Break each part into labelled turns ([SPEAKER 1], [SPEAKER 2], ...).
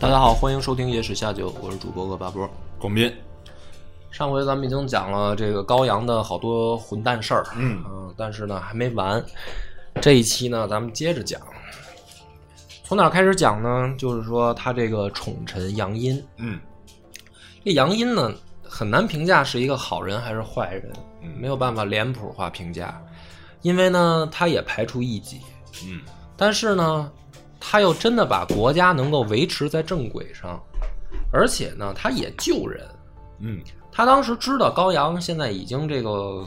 [SPEAKER 1] 大家好，欢迎收听《野史下酒》，我是主播恶霸波。
[SPEAKER 2] 广斌，
[SPEAKER 1] 上回咱们已经讲了这个高阳的好多混蛋事儿，
[SPEAKER 2] 嗯
[SPEAKER 1] 呃但是呢还没完。这一期呢，咱们接着讲，从哪儿开始讲呢？就是说他这个宠臣杨殷，
[SPEAKER 2] 嗯
[SPEAKER 1] 这杨殷呢很难评价是一个好人还是坏人，
[SPEAKER 2] 嗯
[SPEAKER 1] 没有办法脸谱化评价，因为呢他也排除异己，
[SPEAKER 2] 嗯
[SPEAKER 1] 但是呢，他又真的把国家能够维持在正轨上，而且呢，他也救人。
[SPEAKER 2] 嗯
[SPEAKER 1] 他当时知道高阳现在已经这个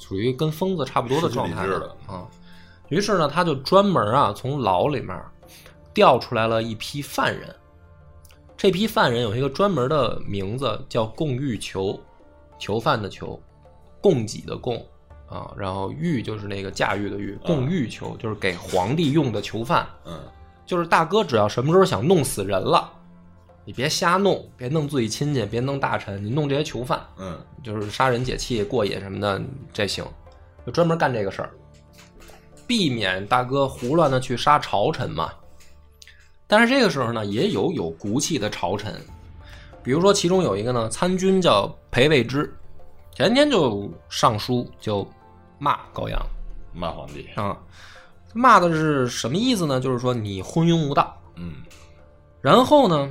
[SPEAKER 1] 属于跟疯子差不多的状态
[SPEAKER 2] 失去理智了
[SPEAKER 1] 啊，于是呢，他就专门啊从牢里面调出来了一批犯人。这批犯人有一个专门的名字叫“共狱囚”，囚犯的囚，供给的供啊，然后狱就是那个驾驭的狱，共狱囚就是给皇帝用的囚犯。
[SPEAKER 2] 嗯
[SPEAKER 1] 就是大哥，只要什么时候想弄死人了，你别瞎弄，别弄自己亲戚，别弄大臣，你弄这些囚犯，
[SPEAKER 2] 嗯
[SPEAKER 1] 就是杀人解气、过瘾什么的，这行，就专门干这个事儿，避免大哥胡乱的去杀朝臣嘛。但是这个时候呢，也有有骨气的朝臣，比如说其中有一个呢，参军叫裴卫之，前天就上书就骂高阳，
[SPEAKER 2] 骂皇帝，
[SPEAKER 1] 啊，骂的是什么意思呢？就是说你昏庸无道。
[SPEAKER 2] 嗯
[SPEAKER 1] 然后呢，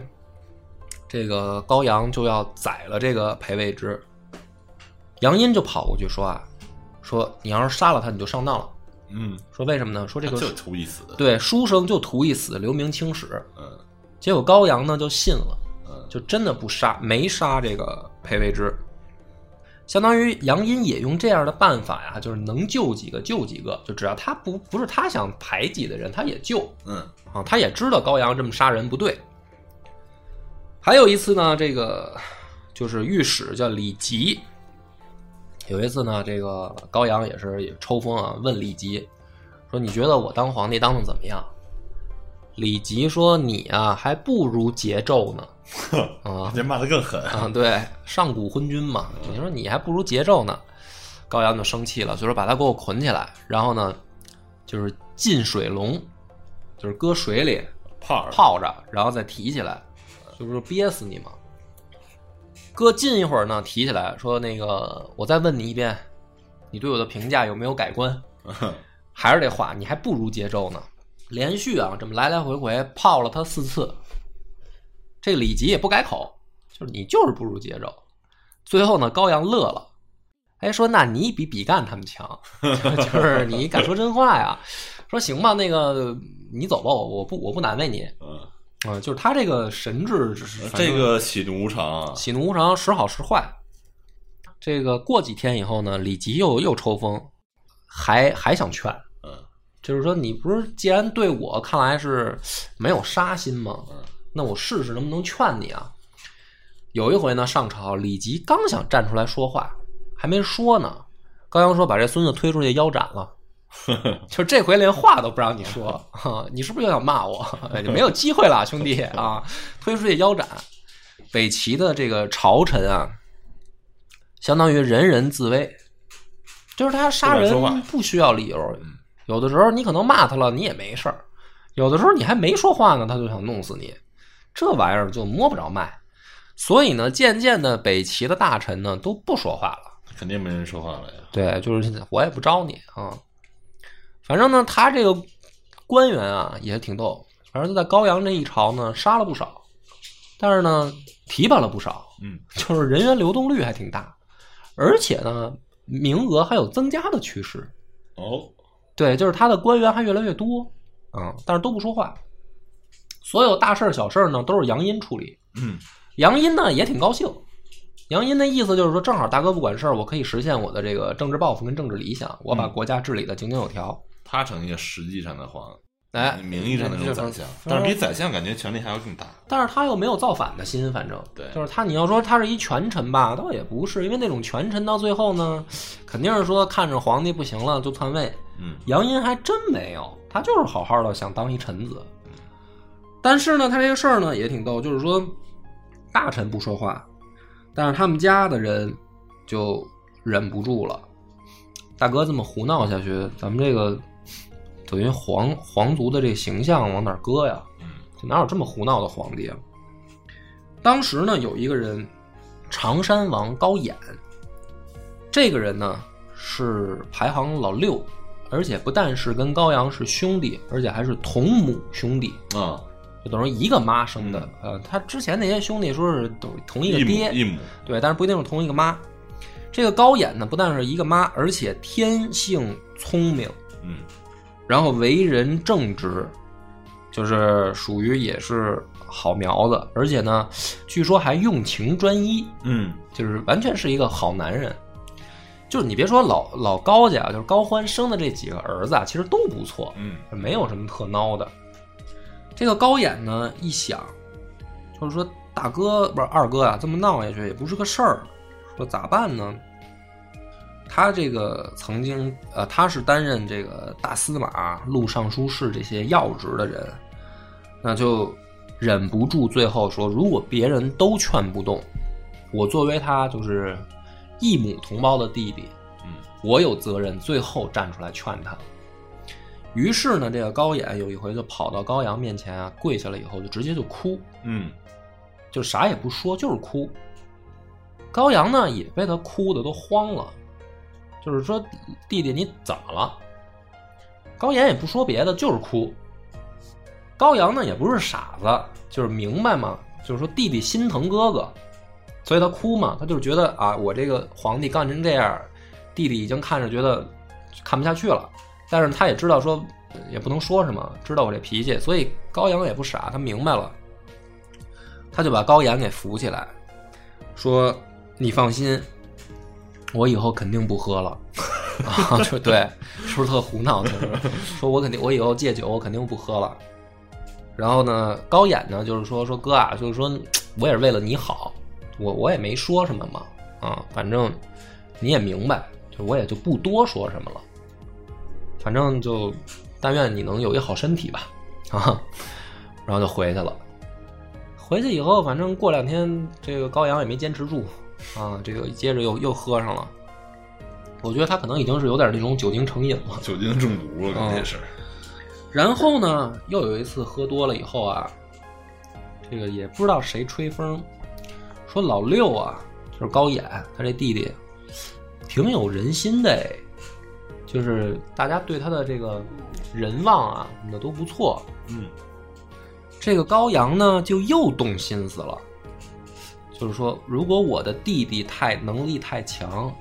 [SPEAKER 1] 这个高阳就要宰了这个裴卫之，杨殷就跑过去说啊，说你要是杀了他，你就上当了。
[SPEAKER 2] 嗯，
[SPEAKER 1] 说为什么呢？说这个
[SPEAKER 2] 就图一死，
[SPEAKER 1] 对书生就图一死，留名青史。
[SPEAKER 2] 嗯
[SPEAKER 1] 结果高阳呢就信了，
[SPEAKER 2] 嗯
[SPEAKER 1] 就真的不杀，没杀这个裴卫之。相当于杨殷也用这样的办法呀，就是能救几个救几个，就只要他不不是他想排挤的人，他也救
[SPEAKER 2] 嗯
[SPEAKER 1] 啊。他也知道高阳这么杀人不对。还有一次呢，这个就是御史叫李吉，有一次呢，这个高阳也是也抽风啊，问李吉说：“你觉得我当皇帝当的怎么样？”李吉说：“你啊，还不如桀纣呢。”啊，
[SPEAKER 2] 这骂的更狠，
[SPEAKER 1] 啊，对，上古昏君嘛，你说你还不如桀纣呢。高阳就生气了，就说把他给我捆起来，然后呢，就是浸水笼，就是搁水里
[SPEAKER 2] 胖
[SPEAKER 1] 泡着，然后再提起来，就是憋死你嘛。搁近一会儿呢，提起来说那个，我再问你一遍，你对我的评价有没有改观？还是这话，你还不如桀纣呢。连续啊，这么来来回回泡了他四次，这李吉也不改口，就是你就是不如桀纣。最后呢，高阳乐了，哎，说那你比比干他们强， 就是你敢说真话呀？说行吧，那个你走吧，我我不我不难为你
[SPEAKER 2] 嗯，
[SPEAKER 1] 啊、就是他这个神智，就是反正
[SPEAKER 2] 呃这个喜怒无常啊，
[SPEAKER 1] 喜怒无常，时好时坏。这个过几天以后呢，李吉又又抽风，还还想劝，
[SPEAKER 2] 嗯
[SPEAKER 1] 就是说你不是既然对我看来是没有杀心吗？
[SPEAKER 2] 嗯
[SPEAKER 1] 那我试试能不能劝你啊？有一回呢，上朝李吉刚想站出来说话，还没说呢，高阳说把这孙子推出去腰斩 了。就这回连话都不让你说，啊你是不是又想骂我？你没有机会了，兄 弟啊！推出去腰斩。北齐的这个朝臣啊，相当于人人自危，就是他杀
[SPEAKER 2] 不敢说
[SPEAKER 1] 人
[SPEAKER 2] 话
[SPEAKER 1] 不需要理由，有的时候你可能骂他了，你也没事儿；有的时候你还没说话呢，他就想弄死你，这玩意儿就摸不着脉。所以呢，渐渐的，北齐的大臣呢都不说话了。
[SPEAKER 2] 肯定没人说话了呀，
[SPEAKER 1] 对，就是现在我也不招你啊。反正呢，他这个官员啊也挺逗，反正就在高阳这一朝呢杀了不少，但是呢提拔了不少，
[SPEAKER 2] 嗯，
[SPEAKER 1] 就是人员流动率还挺大，而且呢名额还有增加的趋势。
[SPEAKER 2] 哦，
[SPEAKER 1] 对，就是他的官员还越来越多，嗯，但是都不说话。所有大事儿小事儿呢，都是杨殷处理。
[SPEAKER 2] 嗯
[SPEAKER 1] 杨殷呢也挺高兴，杨殷的意思就是说，正好大哥不管事儿，我可以实现我的这个政治抱负跟政治理想，我把国家治理的井井有条。
[SPEAKER 2] 他成一个实际上的皇，
[SPEAKER 1] 哎，
[SPEAKER 2] 名义上的那种宰相，但是比宰相感觉权力还要更大。
[SPEAKER 1] 但是他又没有造反的心，反正
[SPEAKER 2] 对
[SPEAKER 1] 就是他，你要说他是一权臣吧，倒也不是，因为那种权臣到最后呢，肯定是说看着皇帝不行了就篡位。
[SPEAKER 2] 嗯，
[SPEAKER 1] 杨殷还真没有，他就是好好的想当一臣子。但是呢，他这个事儿呢也挺逗，就是说大臣不说话，但是他们家的人就忍不住了。大哥这么胡闹下去，咱们这个等于皇皇族的这形象往哪儿搁呀？这哪有这么胡闹的皇帝啊？当时呢，有一个人，常山王高演，这个人呢是排行老六，而且不但是跟高阳是兄弟，而且还是同母兄弟，
[SPEAKER 2] 啊，
[SPEAKER 1] 就等于一个妈生的。呃，他之前那些兄弟说是都同一个
[SPEAKER 2] 嗯一
[SPEAKER 1] 爹，
[SPEAKER 2] 母一母，
[SPEAKER 1] 对，但是不一定是同一个妈。这个高演呢，不但是一个妈，而且天性聪明，
[SPEAKER 2] 嗯，
[SPEAKER 1] 然后为人正直，就是属于也是好苗子，而且呢，据说还用情专一，
[SPEAKER 2] 嗯，
[SPEAKER 1] 就是完全是一个好男人。就是你别说老老高家，就是高欢生的这几个儿子啊，其实都不错，
[SPEAKER 2] 嗯，
[SPEAKER 1] 没有什么特孬的。这个高演呢，一想，就是说大哥不是二哥啊，这么闹下去也不是个事儿，说咋办呢？他这个曾经呃，他是担任这个大司马、录尚书事这些要职的人，那就忍不住最后说，如果别人都劝不动，我作为他就是异母同胞的弟弟，
[SPEAKER 2] 嗯，
[SPEAKER 1] 我有责任最后站出来劝他。于是呢，这个高演有一回就跑到高阳面前啊，跪下了以后就直接就哭，
[SPEAKER 2] 嗯，
[SPEAKER 1] 就啥也不说，就是哭。高阳呢也被他哭的都慌了，就是说弟弟你怎么了？高岩也不说别的，就是哭。高阳呢也不是傻子，就是明白嘛，就是说弟弟心疼哥哥，所以他哭嘛，他就是觉得啊，我这个皇帝干成这样，弟弟已经看着觉得看不下去了，但是他也知道说呃也不能说什么，知道我这脾气，所以高阳也不傻，他明白了，他就把高岩给扶起来，说你放心，我以后肯定不喝了。 啊，说对，是不是特胡闹？就是说我肯定，我以后戒酒，我肯定不喝了。然后呢，高演呢，就是说说哥啊，就是说我也是为了你好，我我也没说什么嘛，啊，反正你也明白，就我也就不多说什么了。反正就但愿你能有一好身体吧，啊，然后就回去了。回去以后，反正过两天这个高阳也没坚持住，啊，这个接着又又喝上了。我觉得他可能已经是有点那种酒精成瘾了。
[SPEAKER 2] 酒精中毒了，感觉是，
[SPEAKER 1] 然后呢，又有一次喝多了以后啊，这个也不知道谁吹风，说老六啊，就是高演他这弟弟，挺有人心的哎，就是大家对他的这个人望啊，那都不错。
[SPEAKER 2] 嗯，
[SPEAKER 1] 这个高阳呢，就又动心思了，就是说，如果我的弟弟太能力太强，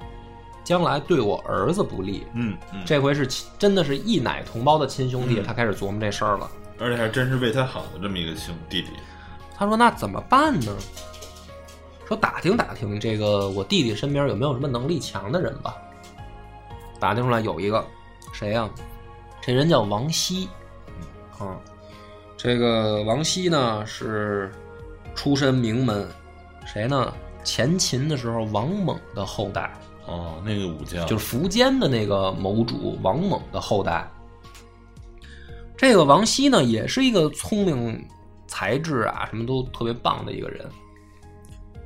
[SPEAKER 1] 将来对我儿子不利。
[SPEAKER 2] 嗯嗯，
[SPEAKER 1] 这回是亲真的是一奶同胞的亲兄弟，
[SPEAKER 2] 嗯
[SPEAKER 1] 他开始琢磨这事儿了。
[SPEAKER 2] 而且还真是为他好的这么一个兄弟弟，
[SPEAKER 1] 他说：“那怎么办呢？”说打听打听这个我弟弟身边有没有什么能力强的人吧。打听出来有一个，谁呀、这人叫王熙。啊，这个王熙呢是出身名门，谁呢？前秦的时候王猛的后代。
[SPEAKER 2] 哦，那个武将
[SPEAKER 1] 就是苻坚的那个盟主王猛的后代。这个王熙呢，也是一个聪明、才智啊，什么都特别棒的一个人。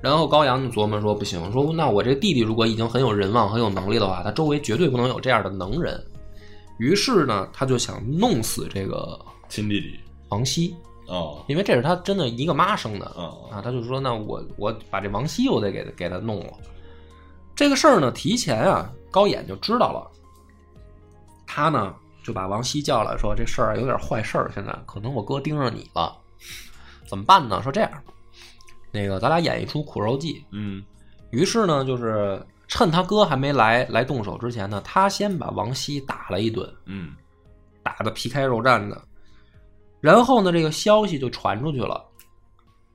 [SPEAKER 1] 然后高阳就琢磨说：“不行，说那我这弟弟如果已经很有人望、很有能力的话，他周围绝对不能有这样的能人。”于是呢，他就想弄死这个
[SPEAKER 2] 亲弟弟，
[SPEAKER 1] 王熙，
[SPEAKER 2] 哦
[SPEAKER 1] 因为这是他真的一个妈生的。
[SPEAKER 2] 哦，
[SPEAKER 1] 啊，他就说那我我把这王熙我得给他给他弄了。这个事儿呢，提前啊，高演就知道了。他呢就把王熙叫来说，这事儿啊有点坏事儿，现在可能我哥盯上你了，怎么办呢？说这样，那个咱俩演一出苦肉计。
[SPEAKER 2] 嗯
[SPEAKER 1] 于是呢，就是趁他哥还没来来动手之前呢，他先把王熙打了一顿，
[SPEAKER 2] 嗯
[SPEAKER 1] 打得皮开肉绽的。然后呢，这个消息就传出去了。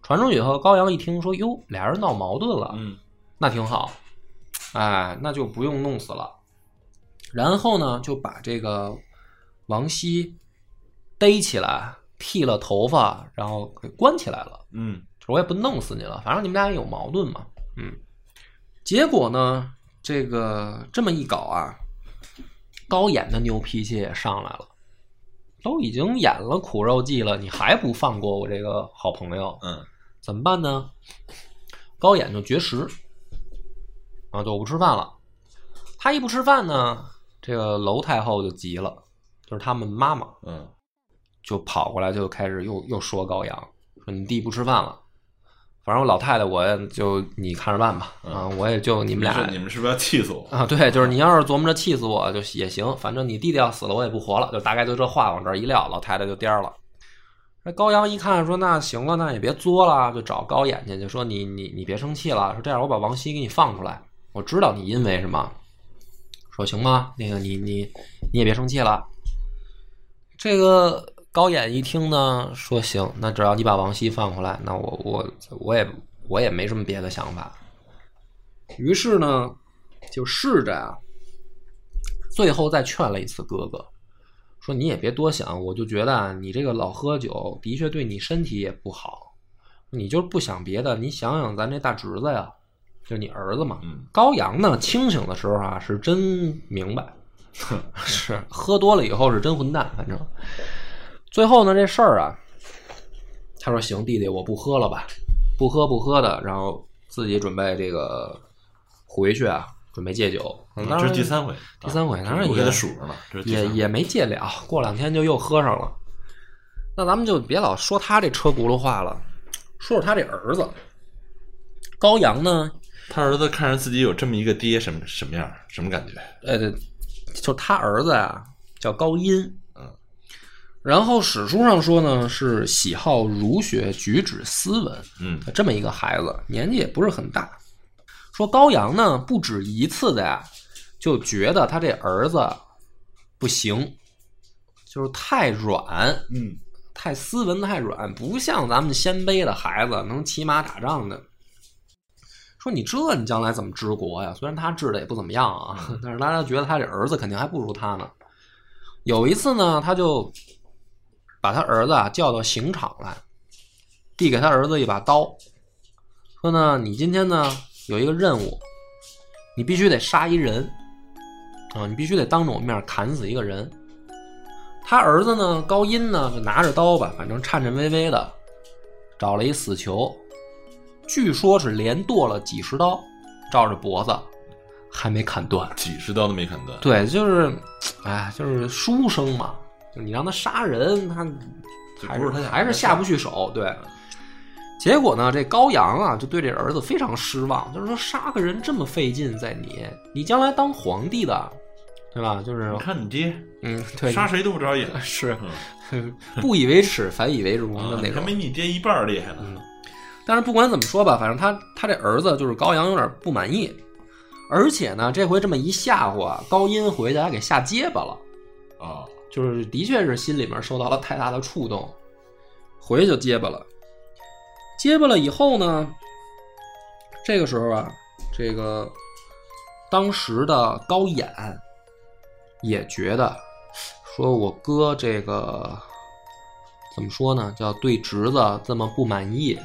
[SPEAKER 1] 传出去以后，高阳一听说，哟，俩人闹矛盾了，
[SPEAKER 2] 嗯
[SPEAKER 1] 那挺好，哎，那就不用弄死了。然后呢，就把这个王熙逮起来，剃了头发，然后给关起来了。
[SPEAKER 2] 嗯
[SPEAKER 1] 我也不弄死你了，反正你们俩也有矛盾嘛。嗯，结果呢，这个这么一搞啊，高演的牛脾气也上来了，都已经演了苦肉计了，你还不放过我这个好朋友，
[SPEAKER 2] 嗯
[SPEAKER 1] 怎么办呢？高演就绝食，啊，就我不吃饭了。他一不吃饭呢，这个娄太后就急了，就是他们妈妈，
[SPEAKER 2] 嗯
[SPEAKER 1] 就跑过来就开始又又说高阳，说你弟不吃饭了。反正我老太太，我也就你看着办吧，
[SPEAKER 2] 嗯
[SPEAKER 1] 啊，我也就你
[SPEAKER 2] 你
[SPEAKER 1] 们俩
[SPEAKER 2] 你们是不是要气死我？
[SPEAKER 1] 啊，对，就是你要是琢磨着气死我就也行，反正你弟弟要死了，我也不活了，就大概就这话往这儿一撂，老太太就颠儿了。那高阳一看说：“那行了，那也别作了，就找高演去，就说你你你别生气了，说这样我把王熙给你放出来，我知道你因为什么。”说行吧，那个你你你也别生气了。这个高演一听呢，说行，那只要你把王熙放回来，那我我我也我也没什么别的想法。于是呢，就试着啊，最后再劝了一次哥哥，说你也别多想，我就觉得啊你这个老喝酒的确对你身体也不好，你就是不想别的，你想想咱这大侄子呀，就是你儿子嘛。
[SPEAKER 2] 嗯
[SPEAKER 1] 高阳呢，清醒的时候啊是真明白，是喝多了以后是真混蛋，反正最后呢这事儿啊，他说行，弟弟我不喝了吧，不喝不喝的，然后自己准备这个回去啊，准备戒酒。嗯当
[SPEAKER 2] 这
[SPEAKER 1] 然
[SPEAKER 2] 是第三回，
[SPEAKER 1] 第三回
[SPEAKER 2] 啊
[SPEAKER 1] 当然
[SPEAKER 2] 我
[SPEAKER 1] 也
[SPEAKER 2] 给他数着呢，这是第
[SPEAKER 1] 也
[SPEAKER 2] 三回
[SPEAKER 1] 也没戒了，过两天就又喝上了。那咱们就别老说他这车轱辘话了，说说他这儿子高阳呢，
[SPEAKER 2] 他儿子看着自己有这么一个爹，什么什么样儿，什么感觉？
[SPEAKER 1] 呃，就他儿子啊叫高音，
[SPEAKER 2] 嗯，
[SPEAKER 1] 然后史书上说呢是喜好儒学，举止斯文，
[SPEAKER 2] 嗯
[SPEAKER 1] 这么一个孩子，年纪也不是很大。说高阳呢，不止一次的呀，就觉得他这儿子不行，就是太软，
[SPEAKER 2] 嗯
[SPEAKER 1] 太斯文太软，不像咱们鲜卑的孩子能骑马打仗的。说你这你将来怎么治国呀？虽然他治的也不怎么样啊，但是大家觉得他这儿子肯定还不如他呢。有一次呢，他就把他儿子啊叫到刑场来，递给他儿子一把刀，说呢，你今天呢有一个任务，你必须得杀一人啊，你必须得当着我面砍死一个人。他儿子呢，高音呢，就拿着刀吧，反正颤颤巍巍的，找了一死囚，据说是连剁了几十刀，照着脖子，还没砍断。
[SPEAKER 2] 几十刀都没砍断。
[SPEAKER 1] 对，就是，哎，就是书生嘛，就你让他杀人，他
[SPEAKER 2] 就
[SPEAKER 1] 还
[SPEAKER 2] 不是他想
[SPEAKER 1] 还是下不去手。对，结果呢，这高阳啊，就对这儿子非常失望，就是说杀个人这么费劲，在你，你将来当皇帝的，对吧？就是
[SPEAKER 2] 你，看你爹
[SPEAKER 1] 嗯，对，
[SPEAKER 2] 杀谁都不着眼，
[SPEAKER 1] 是
[SPEAKER 2] 嗯
[SPEAKER 1] 不以为耻，反以为荣的
[SPEAKER 2] 啊
[SPEAKER 1] 那
[SPEAKER 2] 你还
[SPEAKER 1] 种。嗯
[SPEAKER 2] 没你爹一半儿厉害呢。
[SPEAKER 1] 但是不管怎么说吧，反正他他这儿子就是高阳有点不满意，而且呢，这回这么一吓唬啊，高音回去还给吓结巴了。
[SPEAKER 2] 啊，
[SPEAKER 1] 就是的确是心里面受到了太大的触动，回去就结巴了。结巴了以后呢，这个时候啊，这个当时的高演也觉得，说我哥这个怎么说呢，叫对侄子这么不满意，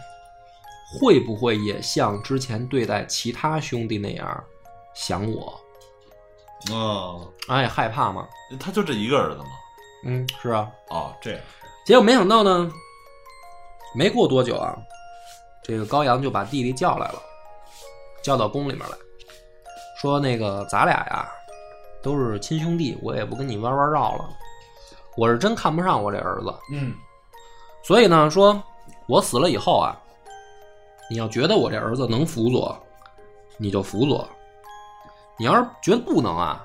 [SPEAKER 1] 会不会也像之前对待其他兄弟那样想我？
[SPEAKER 2] 哦，
[SPEAKER 1] 哎，害怕嘛？
[SPEAKER 2] 他就这一个儿子吗？
[SPEAKER 1] 嗯，是啊，
[SPEAKER 2] 哦，这样，
[SPEAKER 1] 结果没想到呢，没过多久啊，这个高阳就把弟弟叫来了，叫到宫里面来，说那个咱俩呀都是亲兄弟，我也不跟你弯弯绕了，我是真看不上我这儿子，
[SPEAKER 2] 嗯
[SPEAKER 1] 所以呢，说我死了以后啊，你要觉得我这儿子能辅佐，你就辅佐；你要是觉得不能啊，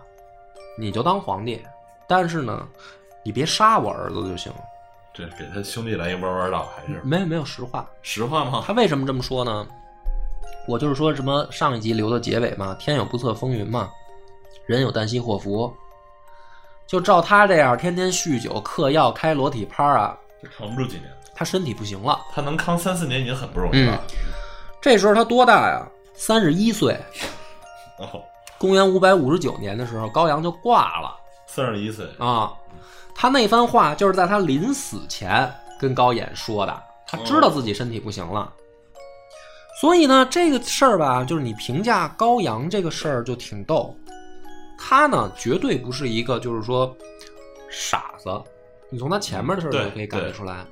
[SPEAKER 1] 你就当皇帝，但是呢，你别杀我儿子就行。
[SPEAKER 2] 这给他兄弟来一弯弯绕，还是
[SPEAKER 1] 没有没有实话，
[SPEAKER 2] 实话吗？
[SPEAKER 1] 啊他为什么这么说呢？我就是说什么上一集留的结尾嘛，天有不测风云嘛，人有旦夕祸福。就照他这样天天酗酒、嗑药、开裸体趴啊，
[SPEAKER 2] 这扛不住几年，
[SPEAKER 1] 他身体不行了。
[SPEAKER 2] 他能扛三四年已经很不容
[SPEAKER 1] 嗯
[SPEAKER 2] 易了。
[SPEAKER 1] 这时候他多大呀？三十一岁。
[SPEAKER 2] 哦，
[SPEAKER 1] 公元五百五十九年的时候，高阳就挂了
[SPEAKER 2] 三十一岁，
[SPEAKER 1] 啊。他那番话就是在他临死前跟高演说的，他知道自己身体不行了。所以呢，这个事儿吧，就是你评价高阳这个事儿就挺逗。他呢，绝对不是一个就是说傻子，你从他前面的事儿就
[SPEAKER 2] 对
[SPEAKER 1] 可以感觉
[SPEAKER 2] 对
[SPEAKER 1] 出来。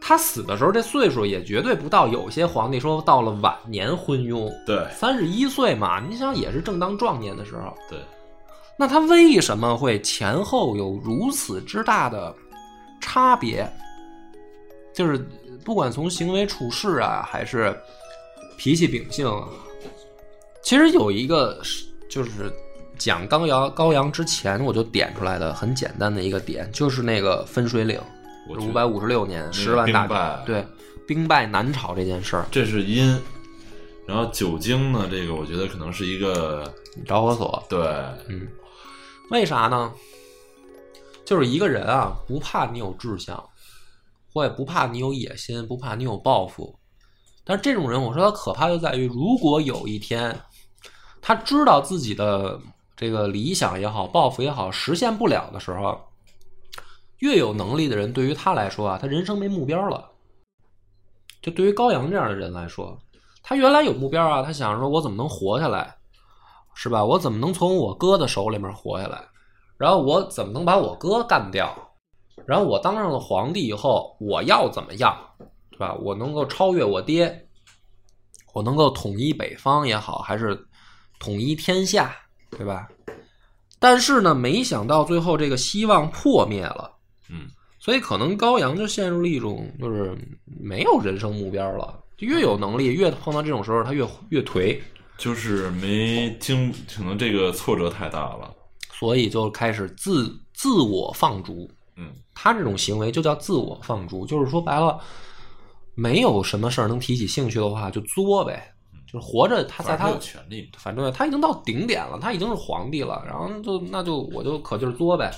[SPEAKER 1] 他死的时候，这岁数也绝对不到有些皇帝说到了晚年昏庸，
[SPEAKER 2] 对
[SPEAKER 1] 三十一岁嘛，你想也是正当壮年的时候。
[SPEAKER 2] 对，
[SPEAKER 1] 那他为什么会前后有如此之大的差别？就是不管从行为处事啊，还是脾气秉性啊，其实有一个是就是讲高阳高阳之前我就点出来的很简单的一个点，就是那个分水岭，
[SPEAKER 2] 我觉
[SPEAKER 1] 五
[SPEAKER 2] 得
[SPEAKER 1] 百五十六年十万大
[SPEAKER 2] 兵败
[SPEAKER 1] 军，对兵败南朝这件事儿，
[SPEAKER 2] 这是因。然后酒精呢，这个我觉得可能是一个
[SPEAKER 1] 导火索
[SPEAKER 2] 对，
[SPEAKER 1] 嗯，为啥呢？就是一个人啊，不怕你有志向，或也不怕你有野心，不怕你有抱负。但是这种人，我说他可怕就在于，如果有一天他知道自己的这个理想也好、抱负也好实现不了的时候，越有能力的人，对于他来说啊，他人生没目标了。就对于高阳这样的人来说，他原来有目标啊，他想说我怎么能活下来，是吧？我怎么能从我哥的手里面活下来？然后我怎么能把我哥干掉？然后我当上了皇帝以后，我要怎么样，对吧？我能够超越我爹，我能够统一北方也好，还是统一天下，对吧？但是呢，没想到最后这个希望破灭了。
[SPEAKER 2] 嗯，
[SPEAKER 1] 所以可能高阳就陷入了一种就是没有人生目标了，就越有能力，越碰到这种时候，他越越颓，
[SPEAKER 2] 就是没经，可能这个挫折太大了，
[SPEAKER 1] 所以就开始自自我放逐。
[SPEAKER 2] 嗯，
[SPEAKER 1] 他这种行为就叫自我放逐，就是说白了，没有什么事儿能提起兴趣的话，就作呗，就是活着。他啊在
[SPEAKER 2] 嗯反正
[SPEAKER 1] 他
[SPEAKER 2] 有权利嘛，
[SPEAKER 1] 反正他已经到顶点了，他已经是皇帝了，然后就那就我就可劲儿作呗。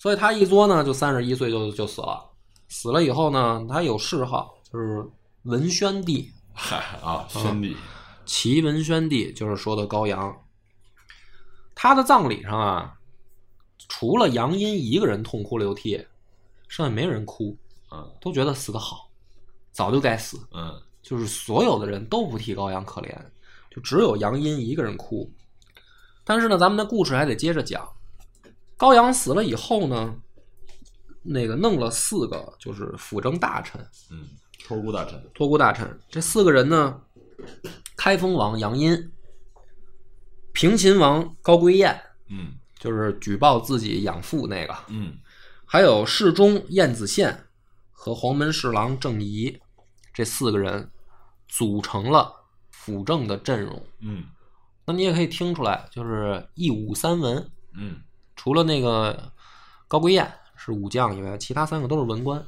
[SPEAKER 1] 所以他一作呢，就三十一岁就就死了。死了以后呢，他有谥号，就是文宣帝，
[SPEAKER 2] 嗨啊，兄弟，
[SPEAKER 1] 齐文宣帝，就是说的高阳。他的葬礼上啊，除了杨殷一个人痛哭流涕，剩下没有人哭，
[SPEAKER 2] 嗯
[SPEAKER 1] 都觉得死的好，早就该死。
[SPEAKER 2] 嗯，
[SPEAKER 1] 就是所有的人都不替高阳可怜，就只有杨殷一个人哭。但是呢，咱们的故事还得接着讲。高阳死了以后呢，那个弄了四个就是辅政大臣、
[SPEAKER 2] 嗯，托孤大臣，
[SPEAKER 1] 托孤大臣，这四个人呢，开封王杨殷、平秦王高归燕，
[SPEAKER 2] 嗯
[SPEAKER 1] 就是举报自己养父那个，
[SPEAKER 2] 嗯
[SPEAKER 1] 还有侍中晏子宪和黄门侍郎郑仪这四个人组成了辅政的阵容。
[SPEAKER 2] 嗯
[SPEAKER 1] 那你也可以听出来，就是一武三文，
[SPEAKER 2] 嗯，
[SPEAKER 1] 除了那个高归燕是武将以外，其他三个都是文官。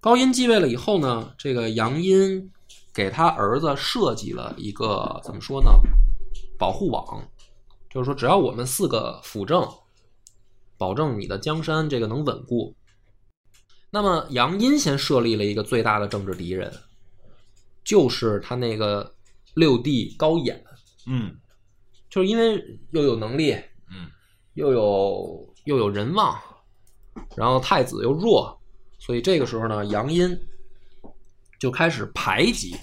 [SPEAKER 1] 高殷继位了以后呢，这个杨殷给他儿子设计了一个怎么说呢，保护网，就是说只要我们四个辅政，保证你的江山这个能稳固。那么杨殷先设立了一个最大的政治敌人，就是他那个六弟高演，
[SPEAKER 2] 嗯
[SPEAKER 1] 就是因为又有能力，
[SPEAKER 2] 嗯
[SPEAKER 1] 又有又有人望，然后太子又弱，所以这个时候呢，杨殷就开始排挤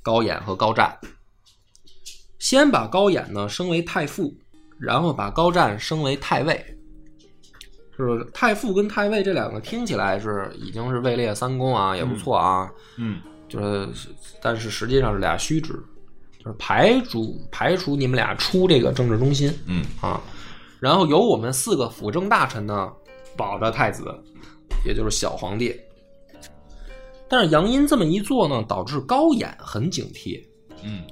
[SPEAKER 1] 高演和高湛，先把高演呢升为太傅，然后把高湛升为太尉。就是太傅跟太尉这两个听起来是已经是位列三公啊，也不错啊。
[SPEAKER 2] 嗯，
[SPEAKER 1] 就是，但是实际上是俩虚职，就是排除排除你们俩出这个政治中心。
[SPEAKER 2] 嗯
[SPEAKER 1] 啊，然后由我们四个辅政大臣呢保着太子，也就是小皇帝。但是杨殷这么一做呢，导致高演很警惕，
[SPEAKER 2] 嗯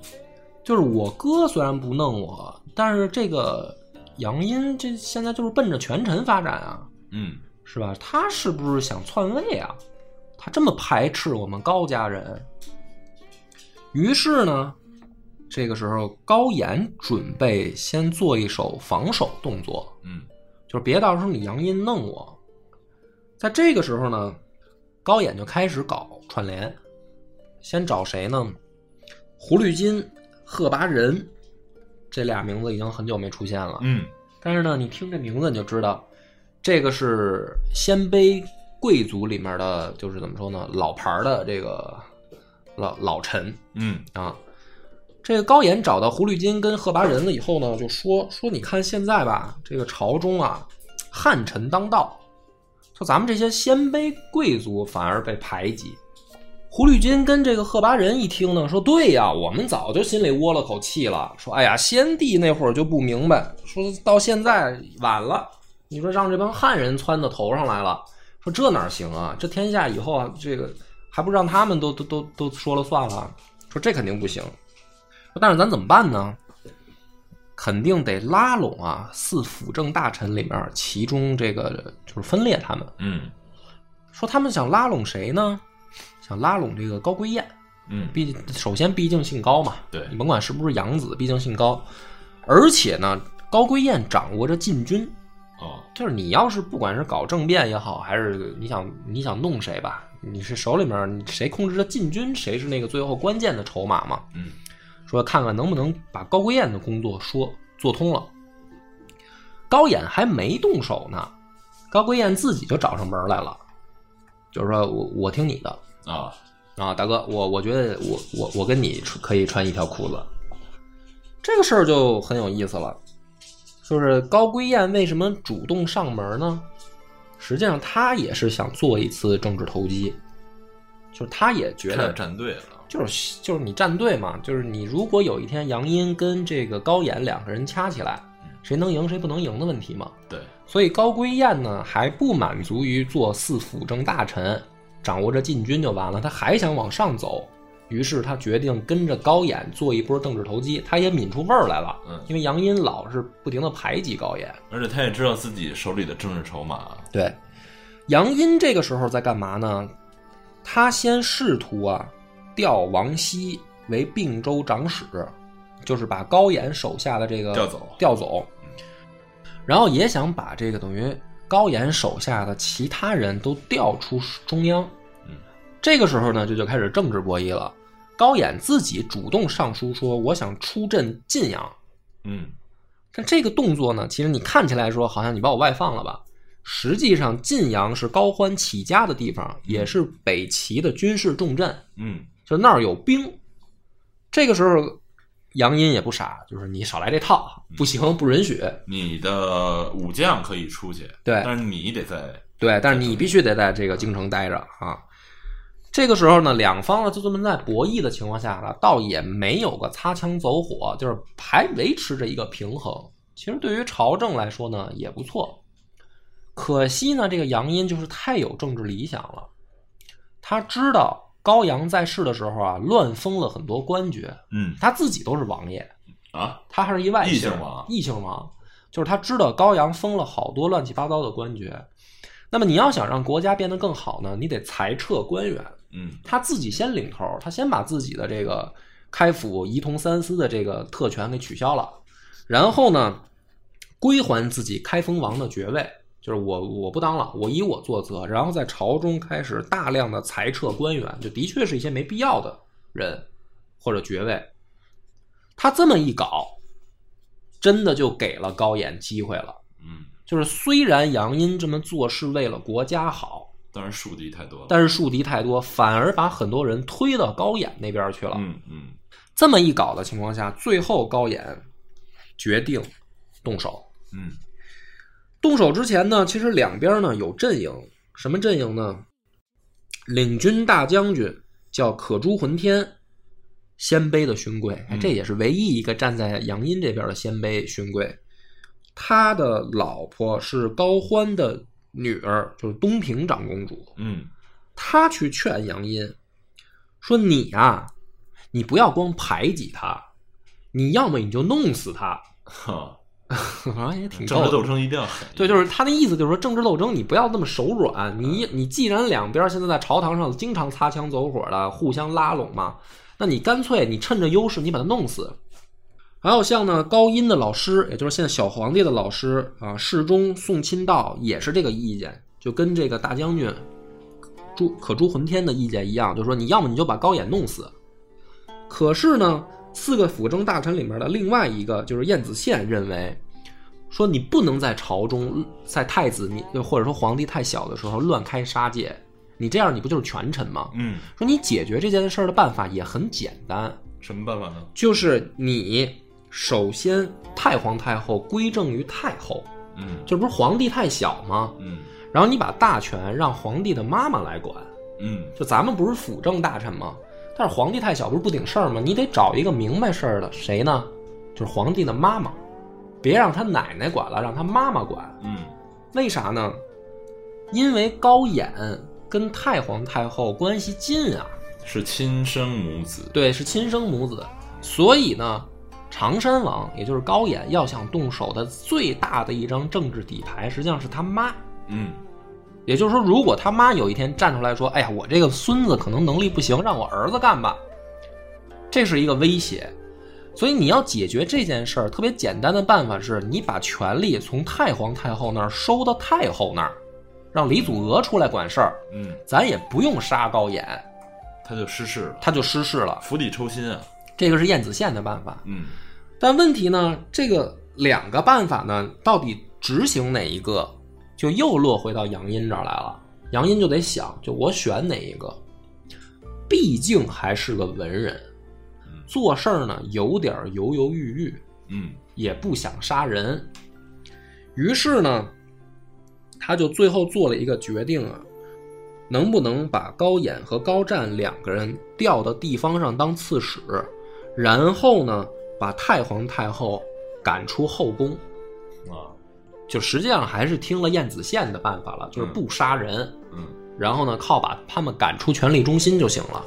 [SPEAKER 1] 就是我哥虽然不弄我，但是这个杨殷这现在就是奔着权臣发展啊，
[SPEAKER 2] 嗯
[SPEAKER 1] 是吧？他是不是想篡位啊？他这么排斥我们高家人，于是呢，这个时候高演准备先做一手防守动作，
[SPEAKER 2] 嗯
[SPEAKER 1] 就是别到时候你杨殷弄我。在这个时候呢，高演就开始搞串联，先找谁呢？胡律金、贺拔仁这俩名字已经很久没出现了，
[SPEAKER 2] 嗯
[SPEAKER 1] 但是呢，你听这名字你就知道，这个是鲜卑贵族里面的，就是怎么说呢，老牌儿的这个老老臣
[SPEAKER 2] 嗯
[SPEAKER 1] 啊。这个高演找到胡律金跟贺拔人了以后呢，就说说你看现在吧，这个朝中啊，汉臣当道，说咱们这些鲜卑贵族反而被排挤。胡律金跟这个贺拔人一听呢，说对呀，我们早就心里窝了口气了，说哎呀，先帝那会儿就不明白，说到现在晚了，你说让这帮汉人窜到头上来了，说这哪行啊？这天下以后啊，这个还不让他们都都都都说了算了，说这肯定不行。说但是咱怎么办呢？肯定得拉拢啊，四辅政大臣里面，其中这个就是分裂他们。
[SPEAKER 2] 嗯
[SPEAKER 1] 说他们想拉拢谁呢？想拉拢这个高贵燕，
[SPEAKER 2] 嗯，
[SPEAKER 1] 毕竟首先毕竟姓高嘛，
[SPEAKER 2] 对
[SPEAKER 1] 你甭管是不是养子，毕竟姓高。而且呢，高贵燕掌握着禁军，
[SPEAKER 2] 哦，
[SPEAKER 1] 就是你要是不管是搞政变也好，还是你想你想弄谁吧，你是手里面你谁控制着禁军，谁是那个最后关键的筹码嘛。
[SPEAKER 2] 嗯，
[SPEAKER 1] 说看看能不能把高贵燕的工作说做通了。高演还没动手呢，高贵燕自己就找上门来了，就是说我我听你的
[SPEAKER 2] 啊，
[SPEAKER 1] 啊，大哥，我我觉得我我我跟你穿可以穿一条裤子。这个事儿就很有意思了，就是高贵燕为什么主动上门呢？实际上他也是想做一次政治投机，就是他也觉得
[SPEAKER 2] 站站队了，
[SPEAKER 1] 就是就是你站队嘛，就是你如果有一天杨殷跟这个高演两个人掐起来
[SPEAKER 2] 嗯，
[SPEAKER 1] 谁能赢谁不能赢的问题嘛。
[SPEAKER 2] 对，
[SPEAKER 1] 所以高归燕呢还不满足于做四辅政大臣，掌握着禁军就完了，他还想往上走。于是他决定跟着高演做一波政治投机，他也抿出味儿来了。
[SPEAKER 2] 嗯，
[SPEAKER 1] 因为杨殷老是不停的排挤高演，
[SPEAKER 2] 而且他也知道自己手里的政治筹码，
[SPEAKER 1] 对，杨殷这个时候在干嘛呢？他先试图啊调王熙为并州长史，就是把高演手下的这个
[SPEAKER 2] 调走
[SPEAKER 1] 调走，然后也想把这个等于高演手下的其他人都调出中央。
[SPEAKER 2] 嗯，
[SPEAKER 1] 这个时候呢，这就开始政治博弈了。高演自己主动上书说：“我想出镇晋阳。”
[SPEAKER 2] 嗯
[SPEAKER 1] 但这个动作呢，其实你看起来说好像你把我外放了吧，实际上晋阳是高欢起家的地方，也是北齐的军事重镇，
[SPEAKER 2] 嗯
[SPEAKER 1] 就那儿有兵。这个时候，杨殷也不傻，就是你少来这套，不行，不允许。
[SPEAKER 2] 你的武将可以出去，
[SPEAKER 1] 对
[SPEAKER 2] 但是你得在，
[SPEAKER 1] 对，但是你必须得在这个京城待着啊。这个时候呢，两方呢就这么在博弈的情况下呢，倒也没有个擦枪走火，就是还维持着一个平衡。其实对于朝政来说呢，也不错。可惜呢，这个杨殷就是太有政治理想了，他知道高阳在世的时候啊，乱封了很多官爵，
[SPEAKER 2] 嗯
[SPEAKER 1] 他自己都是王爷，
[SPEAKER 2] 啊，
[SPEAKER 1] 他还是一外
[SPEAKER 2] 异姓王
[SPEAKER 1] 异姓王，就是他知道高阳封了好多乱七八糟的官爵。那么你要想让国家变得更好呢，你得裁撤官员，
[SPEAKER 2] 嗯
[SPEAKER 1] 他自己先领头，他先把自己的这个开府仪同三司的这个特权给取消了，然后呢，归还自己开封王的爵位，就是我我不当了，我以我作则，然后在朝中开始大量的裁撤官员，就的确是一些没必要的人或者爵位。他这么一搞，真的就给了高演机会了。
[SPEAKER 2] 嗯，
[SPEAKER 1] 就是虽然杨殷这么做是为了国家好，
[SPEAKER 2] 当然树敌太多了，
[SPEAKER 1] 但是树敌太多，反而把很多人推到高演那边去了。
[SPEAKER 2] 嗯嗯
[SPEAKER 1] 这么一搞的情况下，最后高演决定动手。
[SPEAKER 2] 嗯
[SPEAKER 1] 动手之前呢，其实两边呢有阵营，什么阵营呢？领军大将军叫可朱浑天，鲜卑的勋贵，哎
[SPEAKER 2] 嗯
[SPEAKER 1] 这也是唯一一个站在杨殷这边的鲜卑勋贵。他的老婆是高欢的女儿，就是东平长公主。
[SPEAKER 2] 嗯
[SPEAKER 1] 他去劝杨殷说：“你啊，你不要光排挤他，你要么你就弄死他。
[SPEAKER 2] 哈，”
[SPEAKER 1] 好像也挺
[SPEAKER 2] 政
[SPEAKER 1] 高
[SPEAKER 2] 治
[SPEAKER 1] 的。
[SPEAKER 2] 斗争一定要狠，
[SPEAKER 1] 对，就是他那意思，就是说政治斗争你不要那么手软。
[SPEAKER 2] 嗯
[SPEAKER 1] 你你既然两边现在在朝堂上经常擦枪走火的，互相拉拢嘛，那你干脆你趁着优势你把他弄死。还有像呢高音的老师，也就是现在小皇帝的老师啊，侍中宋钦道也是这个意见，就跟这个大将军朱可朱浑天的意见一样，就是说你要么你就把高演弄死。可是呢，四个辅政大臣里面的另外一个就是晏子宪认为，说你不能在朝中，在太子你或者说皇帝太小的时候乱开杀戒，你这样你不就是权臣吗？
[SPEAKER 2] 嗯，
[SPEAKER 1] 说你解决这件事儿的办法也很简单，
[SPEAKER 2] 什么办法呢？
[SPEAKER 1] 就是你首先太皇太后归政于太后，
[SPEAKER 2] 嗯
[SPEAKER 1] 这不是皇帝太小吗？
[SPEAKER 2] 嗯
[SPEAKER 1] 然后你把大权让皇帝的妈妈来管，
[SPEAKER 2] 嗯
[SPEAKER 1] 就咱们不是辅政大臣吗？但是皇帝太小不是不顶事儿吗？你得找一个明白事儿的，谁呢？就是皇帝的妈妈，别让他奶奶管了，让他妈妈管。
[SPEAKER 2] 嗯
[SPEAKER 1] 为啥呢？因为高衍跟太皇太后关系近啊，
[SPEAKER 2] 是亲生母子。
[SPEAKER 1] 对，是亲生母子，所以呢，常山王也就是高衍要想动手的最大的一张政治底牌，实际上是他妈。
[SPEAKER 2] 嗯
[SPEAKER 1] 也就是说，如果他妈有一天站出来说：“哎呀，我这个孙子可能能力不行，让我儿子干吧。”这是一个威胁。所以你要解决这件事儿，特别简单的办法是你把权力从太皇太后那儿收到太后那儿，让李祖娥出来管事儿，
[SPEAKER 2] 嗯，
[SPEAKER 1] 咱也不用杀高演，
[SPEAKER 2] 他就失势了，
[SPEAKER 1] 他就失势了。
[SPEAKER 2] 釜底抽薪啊。
[SPEAKER 1] 这个是燕子献的办法。
[SPEAKER 2] 嗯
[SPEAKER 1] 但问题呢，这个两个办法呢，到底执行哪一个，就又落回到杨殷这儿来了。杨殷就得想，就我选哪一个，毕竟还是个文人
[SPEAKER 2] 嗯，
[SPEAKER 1] 做事儿呢有点儿犹犹豫豫，
[SPEAKER 2] 嗯
[SPEAKER 1] 也不想杀人。于是呢，他就最后做了一个决定啊，能不能把高演和高湛两个人调到地方上当刺史，然后呢，把太皇太后赶出后宫。
[SPEAKER 2] 啊
[SPEAKER 1] 就实际上还是听了燕子献的办法了，就是不杀人。
[SPEAKER 2] 嗯
[SPEAKER 1] 然后呢，靠把他们赶出权力中心就行了。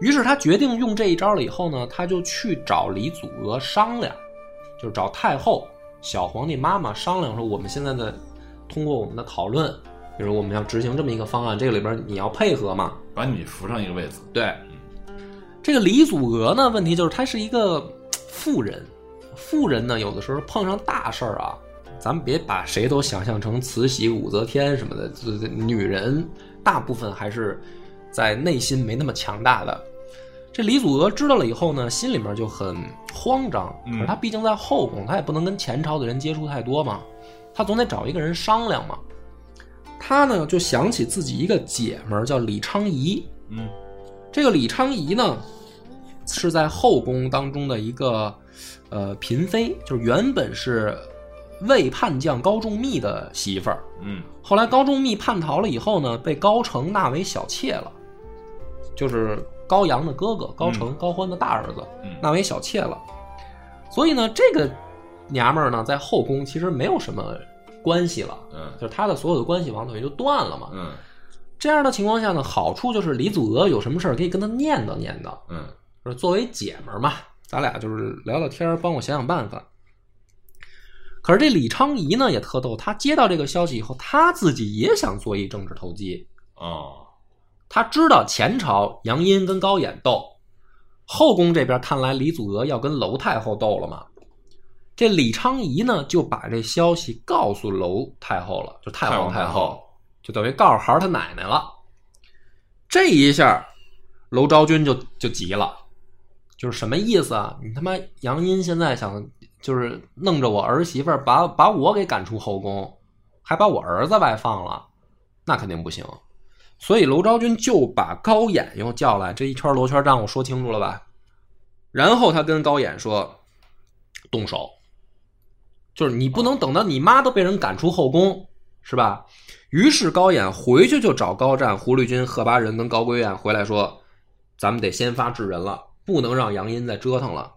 [SPEAKER 1] 于是他决定用这一招了以后呢，他就去找李祖娥商量，就是找太后、小皇帝妈妈商量说，我们现在的通过我们的讨论，比如我们要执行这么一个方案，这个里边你要配合嘛？
[SPEAKER 2] 把你扶上一个位子。
[SPEAKER 1] 对，嗯这个李祖娥呢，问题就是她是一个嘖富人，富人呢有的时候碰上大事儿啊，咱们别把谁都想象成慈禧、武则天什么的，这这女人大部分还是在内心没那么强大的。这李祖娥知道了以后呢，心里面就很慌张，
[SPEAKER 2] 嗯
[SPEAKER 1] 可是她毕竟在后宫，她也不能跟前朝的人接触太多嘛，她总得找一个人商量嘛。她呢就想起自己一个姐们儿叫李昌仪，
[SPEAKER 2] 嗯
[SPEAKER 1] 这个李昌仪呢，是在后宫当中的一个呃嫔妃，就是原本是魏叛将高仲密的媳妇儿。
[SPEAKER 2] 嗯
[SPEAKER 1] 后来高仲密叛逃了以后呢，被高澄纳为小妾了，就是高阳的哥哥高澄、
[SPEAKER 2] 嗯
[SPEAKER 1] 高欢的大儿子，
[SPEAKER 2] 嗯
[SPEAKER 1] 纳为小妾了。所以呢，这个娘们儿呢，在后宫其实没有什么关系了，
[SPEAKER 2] 嗯
[SPEAKER 1] 就是她的所有的关系网等于就断了嘛。
[SPEAKER 2] 嗯
[SPEAKER 1] 这样的情况下呢，好处就是李祖娥有什么事儿可以跟他念叨念叨，
[SPEAKER 2] 嗯
[SPEAKER 1] 就是作为姐们儿嘛，咱俩就是聊聊天儿，帮我想想办法。可是这李昌仪呢也特逗，他接到这个消息以后，他自己也想做一政治投机。
[SPEAKER 2] 哦
[SPEAKER 1] 他知道前朝杨殷跟高演斗，后宫这边看来李祖娥要跟娄太后斗了嘛。这李昌仪呢就把这消息告诉娄太后了，就太皇
[SPEAKER 2] 太皇太
[SPEAKER 1] 后
[SPEAKER 2] 后，
[SPEAKER 1] 就等于告诉孩儿他奶奶了。这一下，娄昭君就就急了，就是什么意思啊？你他妈杨殷现在想就是弄着我儿媳妇儿，把把我给赶出后宫，还把我儿子外放了，那肯定不行。所以娄昭君就把高演又叫来，这一圈罗圈账我说清楚了吧？然后他跟高演说：“动手，就是你不能等到你妈都被人赶出后宫，是吧？”于是高演回去就找高湛、胡律君、贺巴人跟高归燕回来说：“咱们得先发制人了，不能让杨殷再折腾了。”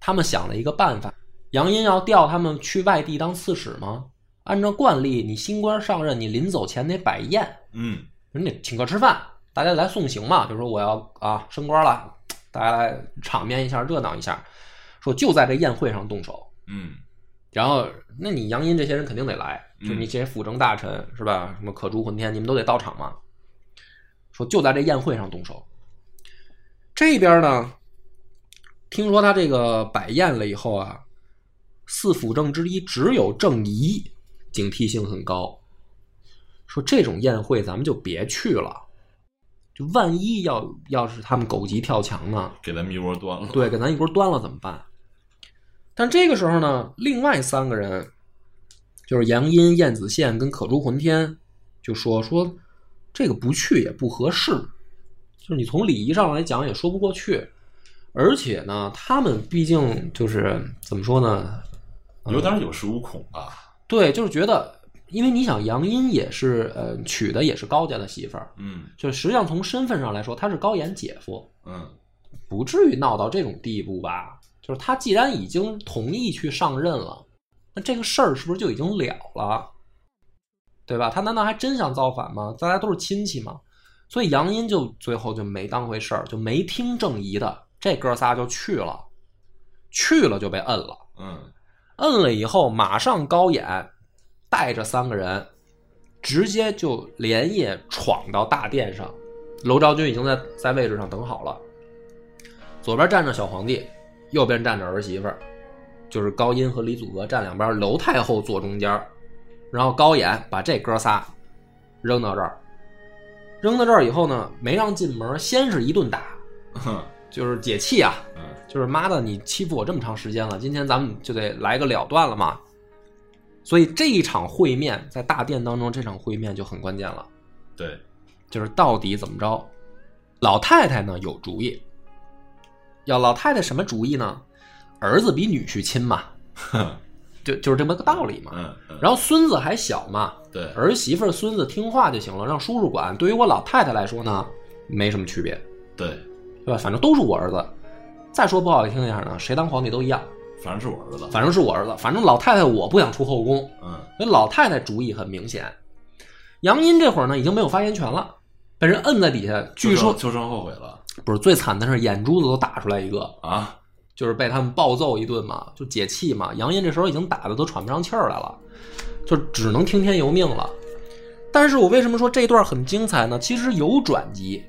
[SPEAKER 1] 他们想了一个办法，杨殷要调他们去外地当刺史吗？按照惯例，你新官上任，你临走前得摆宴，
[SPEAKER 2] 嗯
[SPEAKER 1] 人家请客吃饭，大家来送行嘛，就说我要啊升官了，大家来场面一下，热闹一下。说就在这宴会上动手，
[SPEAKER 2] 嗯
[SPEAKER 1] 然后那你杨殷这些人肯定得来，就
[SPEAKER 2] 嗯
[SPEAKER 1] 是你这些辅政大臣是吧？什么可诛混天，你们都得到场嘛。说就在这宴会上动手。这边呢，听说他这个摆宴了以后啊，四辅政之一只有郑仪，警惕性很高。说这种宴会咱们就别去了，就万一要要是他们狗急跳墙呢，啊
[SPEAKER 2] 给咱们一窝端了。
[SPEAKER 1] 对，给咱一锅端了怎么办？但这个时候呢，另外三个人就是杨殷、燕子宪跟可朱浑天，就说说这个不去也不合适，就是你从礼仪上来讲也说不过去，而且呢，他们毕竟就是怎么说呢，
[SPEAKER 2] 有点有恃无恐吧。
[SPEAKER 1] 对，就是觉得，因为你想，杨殷也是呃娶的也是高家的媳妇儿，
[SPEAKER 2] 嗯
[SPEAKER 1] 就实际上从身份上来说，她是高岩姐夫，
[SPEAKER 2] 嗯
[SPEAKER 1] 不至于闹到这种地步吧？就是他既然已经同意去上任了，那这个事儿是不是就已经了了？对吧？他难道还真想造反吗？大家都是亲戚嘛，所以杨殷就最后就没当回事儿，就没听郑仪的，这哥仨就去了，去了就被摁了。
[SPEAKER 2] 嗯
[SPEAKER 1] 摁了以后，马上高演带着三个人，直接就连夜闯到大殿上。娄昭君已经在在位置上等好了，左边站着小皇帝，右边站着儿媳妇儿，就是高音和李祖娥站两边，娄太后坐中间儿，然后高演把这哥仨扔到这儿，扔到这儿以后呢，没让进门，先是一顿打，就是解气啊，
[SPEAKER 2] 嗯
[SPEAKER 1] 就是妈的，你欺负我这么长时间了，今天咱们就得来个了断了嘛。所以这一场会面在大殿当中，这场会面就很关键了，
[SPEAKER 2] 对，
[SPEAKER 1] 就是到底怎么着。老太太呢有主意，要老太太什么主意呢？儿子比女婿亲嘛，就就是这么个道理嘛。
[SPEAKER 2] 嗯嗯，
[SPEAKER 1] 然后孙子还小嘛，
[SPEAKER 2] 对，
[SPEAKER 1] 儿媳妇儿孙子听话就行了，让叔叔管。对于我老太太来说呢，没什么区别。
[SPEAKER 2] 对，
[SPEAKER 1] 对吧？反正都是我儿子。再说不好听一点呢，谁当皇帝都一样，
[SPEAKER 2] 反正是我儿子。
[SPEAKER 1] 反正是我儿子。反正老太太我不想出后宫，
[SPEAKER 2] 嗯
[SPEAKER 1] 所以老太太主意很明显。杨殷这会儿呢已经没有发言权了，被人摁在底下。据
[SPEAKER 2] 就剩
[SPEAKER 1] 说
[SPEAKER 2] 就剩后悔了
[SPEAKER 1] 不是最惨的是眼珠子都打出来一个，
[SPEAKER 2] 啊！
[SPEAKER 1] 就是被他们暴揍一顿嘛，就解气嘛。杨殷这时候已经打的都喘不上气儿来了，就只能听天由命了。但是我为什么说这一段很精彩呢？其实有转机，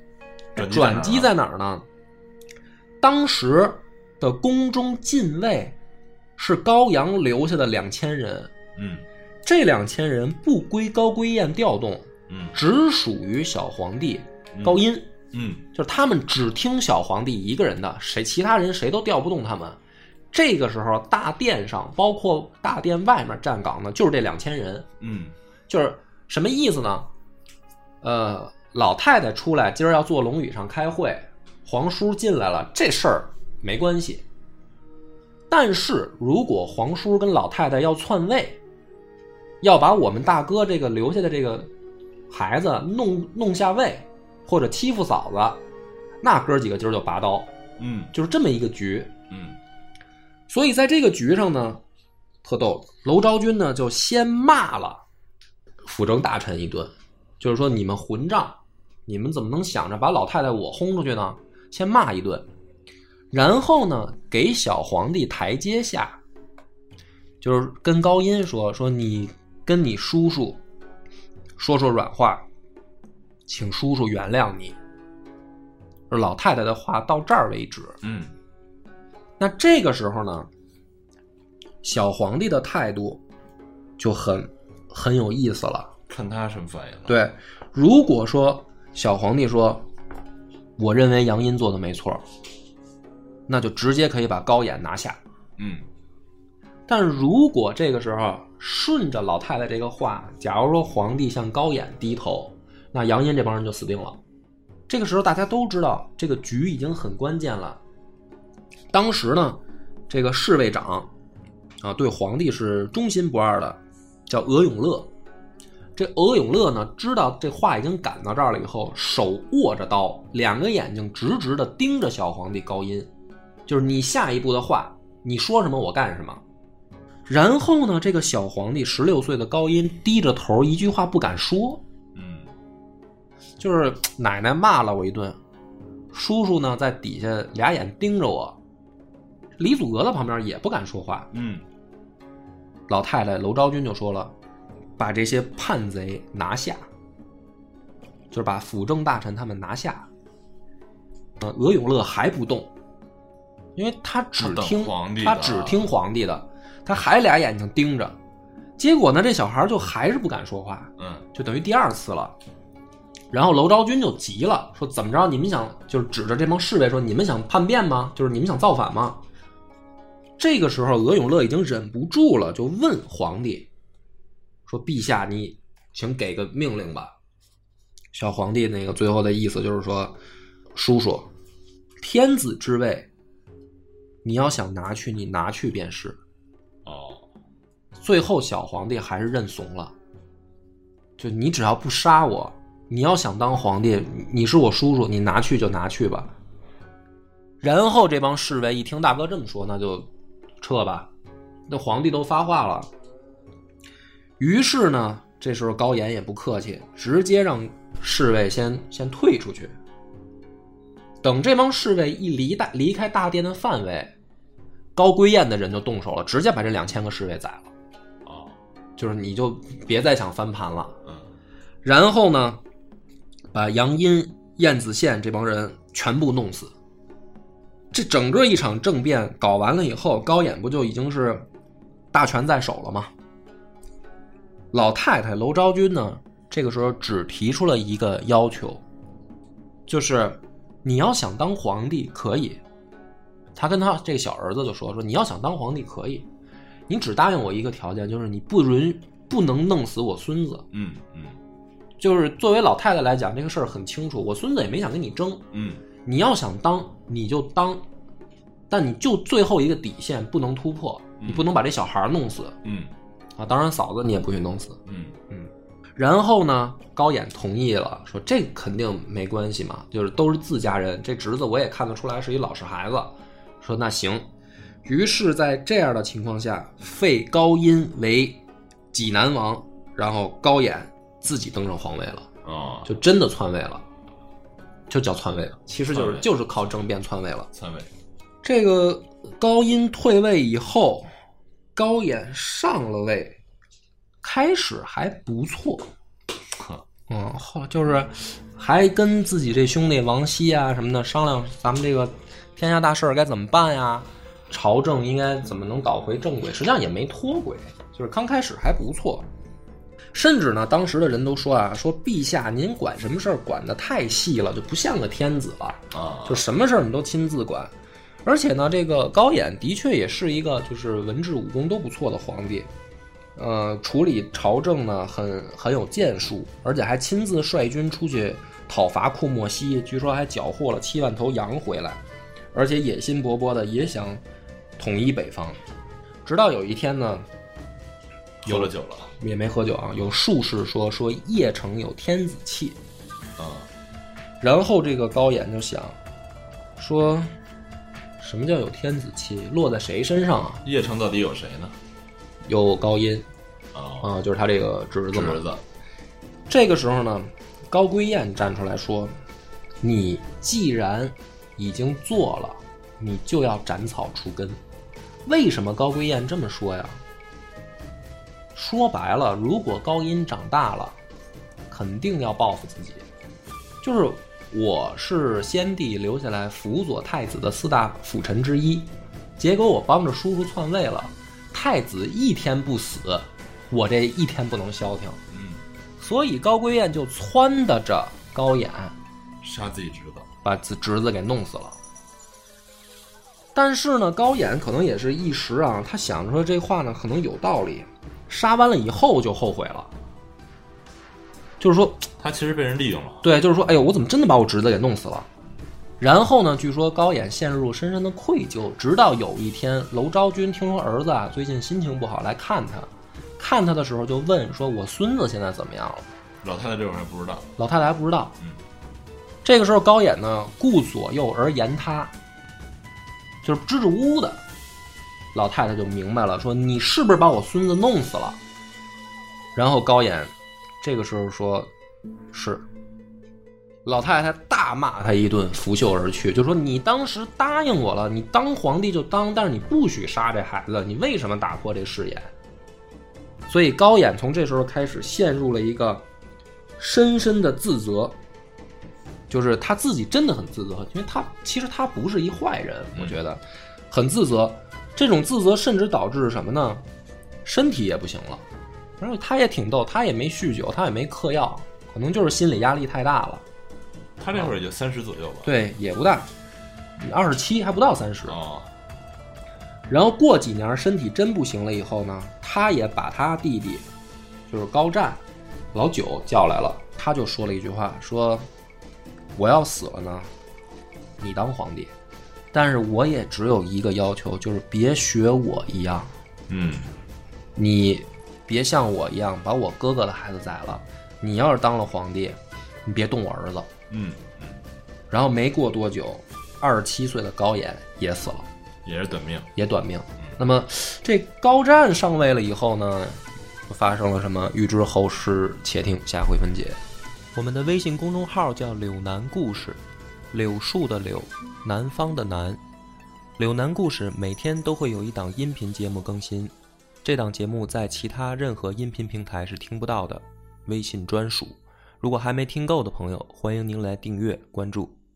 [SPEAKER 2] 转机在哪
[SPEAKER 1] 转机在哪儿
[SPEAKER 2] 儿啊
[SPEAKER 1] 呢？当时的宫中禁卫是高阳留下的两千人，
[SPEAKER 2] 嗯
[SPEAKER 1] 这两千人不归高归燕调动，
[SPEAKER 2] 嗯
[SPEAKER 1] 只属于小皇帝
[SPEAKER 2] 嗯
[SPEAKER 1] 高殷。
[SPEAKER 2] 嗯
[SPEAKER 1] 就是他们只听小皇帝一个人的，谁其他人谁都调不动他们。这个时候，大殿上包括大殿外面站岗的，就是这两千人，
[SPEAKER 2] 嗯
[SPEAKER 1] 就是什么意思呢？呃，老太太出来，今儿要坐龙椅上开会，皇叔进来了，这事儿没关系。但是如果皇叔跟老太太要篡位，要把我们大哥这个留下的这个孩子弄弄下位，或者欺负嫂子，那哥几个今儿就拔刀，
[SPEAKER 2] 嗯
[SPEAKER 1] 就是这么一个局。
[SPEAKER 2] 嗯
[SPEAKER 1] 所以在这个局上呢，特逗，娄昭君呢就先骂了辅政大臣一顿，就是说你们混账，你们怎么能想着把老太太我轰出去呢？先骂一顿，然后呢给小皇帝台阶下，就是跟高音说说你跟你叔叔说说软话，请叔叔原谅你。而老太太的话到这儿为止，
[SPEAKER 2] 嗯
[SPEAKER 1] 那这个时候呢，小皇帝的态度就很很有意思了。
[SPEAKER 2] 看他什么反应了。
[SPEAKER 1] 对，如果说小皇帝说，我认为杨殷做的没错，那就直接可以把高演拿下。
[SPEAKER 2] 嗯
[SPEAKER 1] 但如果这个时候顺着老太太这个话，假如说皇帝向高演低头，那杨殷这帮人就死定了。这个时候大家都知道这个局已经很关键了。当时呢，这个侍卫长啊，对皇帝是忠心不二的，叫俄永乐。这俄永乐呢，知道这话已经赶到这儿了以后，手握着刀，两个眼睛直直的盯着小皇帝高音，就是你下一步的话，你说什么我干什么。然后呢，这个小皇帝十六岁的高音低着头，一句话不敢说，
[SPEAKER 2] 嗯
[SPEAKER 1] 就是奶奶骂了我一顿，叔叔呢在底下俩眼盯着我，李祖娥在旁边也不敢说话。
[SPEAKER 2] 嗯
[SPEAKER 1] 老太太娄昭君就说了，把这些叛贼拿下，就是把辅政大臣他们拿下。呃，俄永乐还不动，因为他只
[SPEAKER 2] 他等
[SPEAKER 1] 听
[SPEAKER 2] 皇帝的
[SPEAKER 1] 他只听皇帝的，他还俩眼睛盯着。结果呢，这小孩就还是不敢说话，
[SPEAKER 2] 嗯
[SPEAKER 1] 就等于第二次了。然后娄昭君就急了，说：“怎么着？你们想就是指着这帮侍卫说，你们想叛变吗？就是你们想造反吗？”这个时候，俄永乐已经忍不住了，就问皇帝说：“陛下，你请给个命令吧。”小皇帝那个最后的意思就是说：“叔叔，天子之位，你要想拿去，你拿去便是。
[SPEAKER 2] 哦，”
[SPEAKER 1] 最后，小皇帝还是认怂了，就你只要不杀我，你要想当皇帝，你你是我叔叔，你拿去就拿去吧。然后这帮侍卫一听大哥这么说，那就撤吧。那皇帝都发话了，于是呢，这时候高岩也不客气，直接让侍卫先先退出去。等这帮侍卫一离大离开大殿的范围，高归燕的人就动手了，直接把这两千个侍卫宰了。
[SPEAKER 2] 哦，
[SPEAKER 1] 就是你就别再想翻盘了。
[SPEAKER 2] 嗯，
[SPEAKER 1] 然后呢，把杨殷、燕子宪这帮人全部弄死。这整个一场政变搞完了以后，高演不就已经是大权在手了吗？老太太娄昭君呢，这个时候只提出了一个要求，就是你要想当皇帝可以。他跟他这小儿子就说说你要想当皇帝可以，你只答应我一个条件，就是你不允不能弄死我孙子。
[SPEAKER 2] 嗯嗯
[SPEAKER 1] 就是作为老太太来讲，这个事儿很清楚，我孙子也没想跟你争，
[SPEAKER 2] 嗯，
[SPEAKER 1] 你要想当你就当，但你就最后一个底线不能突破，你不能把这小孩儿弄死
[SPEAKER 2] 嗯
[SPEAKER 1] 啊！当然，嫂子你也不许弄死。
[SPEAKER 2] 嗯
[SPEAKER 1] 然后呢，高演同意了，说这肯定没关系嘛，就是都是自家人，这侄子我也看得出来是一老实孩子，说那行。于是，在这样的情况下，废高殷为济南王，然后高演自己登上皇位了。
[SPEAKER 2] 哦，
[SPEAKER 1] 就真的篡位了，就叫篡位了，其实就
[SPEAKER 2] 篡
[SPEAKER 1] 是
[SPEAKER 2] 位
[SPEAKER 1] 就是靠政变篡位了。
[SPEAKER 2] 篡位，
[SPEAKER 1] 这个高音退位以后，高演上了位，开始还不错，
[SPEAKER 2] 呵
[SPEAKER 1] 嗯，后就是还跟自己这兄弟王熙啊什么的商量，咱们这个天下大事儿该怎么办呀？朝政应该怎么能搞回正轨？实际上也没脱轨，就是刚开始还不错。甚至呢，当时的人都说啊，说陛下您管什么事儿管得太细了，就不像个天子了。
[SPEAKER 2] 啊，
[SPEAKER 1] 就什么事儿你都亲自管。而且呢，这个高演的确也是一个就是文治武功都不错的皇帝，呃，处理朝政呢很很有建树，而且还亲自率军出去讨伐库莫西，据说还缴获了七万头羊回来，而且野心勃勃的也想统一北方。直到有一天呢，
[SPEAKER 2] 喝了酒了，
[SPEAKER 1] 也没喝酒啊，有术士说说邺城有天子气，
[SPEAKER 2] 啊，
[SPEAKER 1] 然后这个高演就想，说，什么叫有天子气？落在谁身上啊？
[SPEAKER 2] 邺城到底有谁呢？
[SPEAKER 1] 有高音
[SPEAKER 2] 啊，
[SPEAKER 1] 啊、就是他这个侄子嘛。
[SPEAKER 2] 侄子，
[SPEAKER 1] 这个时候呢，高归燕站出来说：“你既然已经做了，你就要斩草除根。”为什么高归燕这么说呀？说白了，如果高音长大了，肯定要报复自己。就是我是先帝留下来辅佐太子的四大辅臣之一，结果我帮着叔叔篡位了，太子一天不死，我这一天不能消停。
[SPEAKER 2] 嗯，
[SPEAKER 1] 所以高归燕就撺掇着高演
[SPEAKER 2] 杀自己侄子，
[SPEAKER 1] 把自侄子给弄死了。但是呢，高演可能也是一时啊，他想说这话呢可能有道理，杀完了以后就后悔了，就是说，
[SPEAKER 2] 他其实被人利用了，
[SPEAKER 1] 对，就是说，哎呦，我怎么真的把我侄子给弄死了？然后呢，据说高演陷入深深的愧疚，直到有一天，娄昭君听说儿子啊最近心情不好来看他，看他的时候就问说：“我孙子现在怎么样了？”
[SPEAKER 2] 老太太这会儿还不知道，
[SPEAKER 1] 老太太还不知道。
[SPEAKER 2] 嗯
[SPEAKER 1] 这个时候高演呢，顾左右而言他，就是支支吾吾的。老太太就明白了，说你是不是把我孙子弄死了？然后高演这个时候说，是。老太太大骂他一顿，拂袖而去，就说你当时答应我了，你当皇帝就当，但是你不许杀这孩子，你为什么打破这誓言？所以高演从这时候开始陷入了一个深深的自责，就是他自己真的很自责，因为他其实他不是一坏人，我觉得很自责。这种自责甚至导致什么呢？身体也不行了，然后他也挺逗，他也没酗酒，他也没嗑药，可能就是心理压力太大了。
[SPEAKER 2] 他这会儿也就三十左右吧，哦
[SPEAKER 1] 对，也不大，二十七还不到三十。
[SPEAKER 2] 啊，
[SPEAKER 1] 然后过几年身体真不行了以后呢，他也把他弟弟，就是高湛，老九叫来了，他就说了一句话，说我要死了呢，你当皇帝，但是我也只有一个要求，就是别学我一样，
[SPEAKER 2] 嗯，
[SPEAKER 1] 你别像我一样把我哥哥的孩子宰了，你要是当了皇帝，你别动我儿子。
[SPEAKER 2] 嗯，
[SPEAKER 1] 然后没过多久，二十七岁的高演也死了。
[SPEAKER 2] 也是短命。
[SPEAKER 1] 也短命。那么这高湛上位了以后呢，就发生了什么？欲知后事，且听下回分解。我们的微信公众号叫“柳南故事”，柳树的柳，南方的南。柳南故事每天都会有一档音频节目更新，这档节目在其他任何音频平台是听不到的，微信专属。如果还没听够的朋友，欢迎您来订阅关注。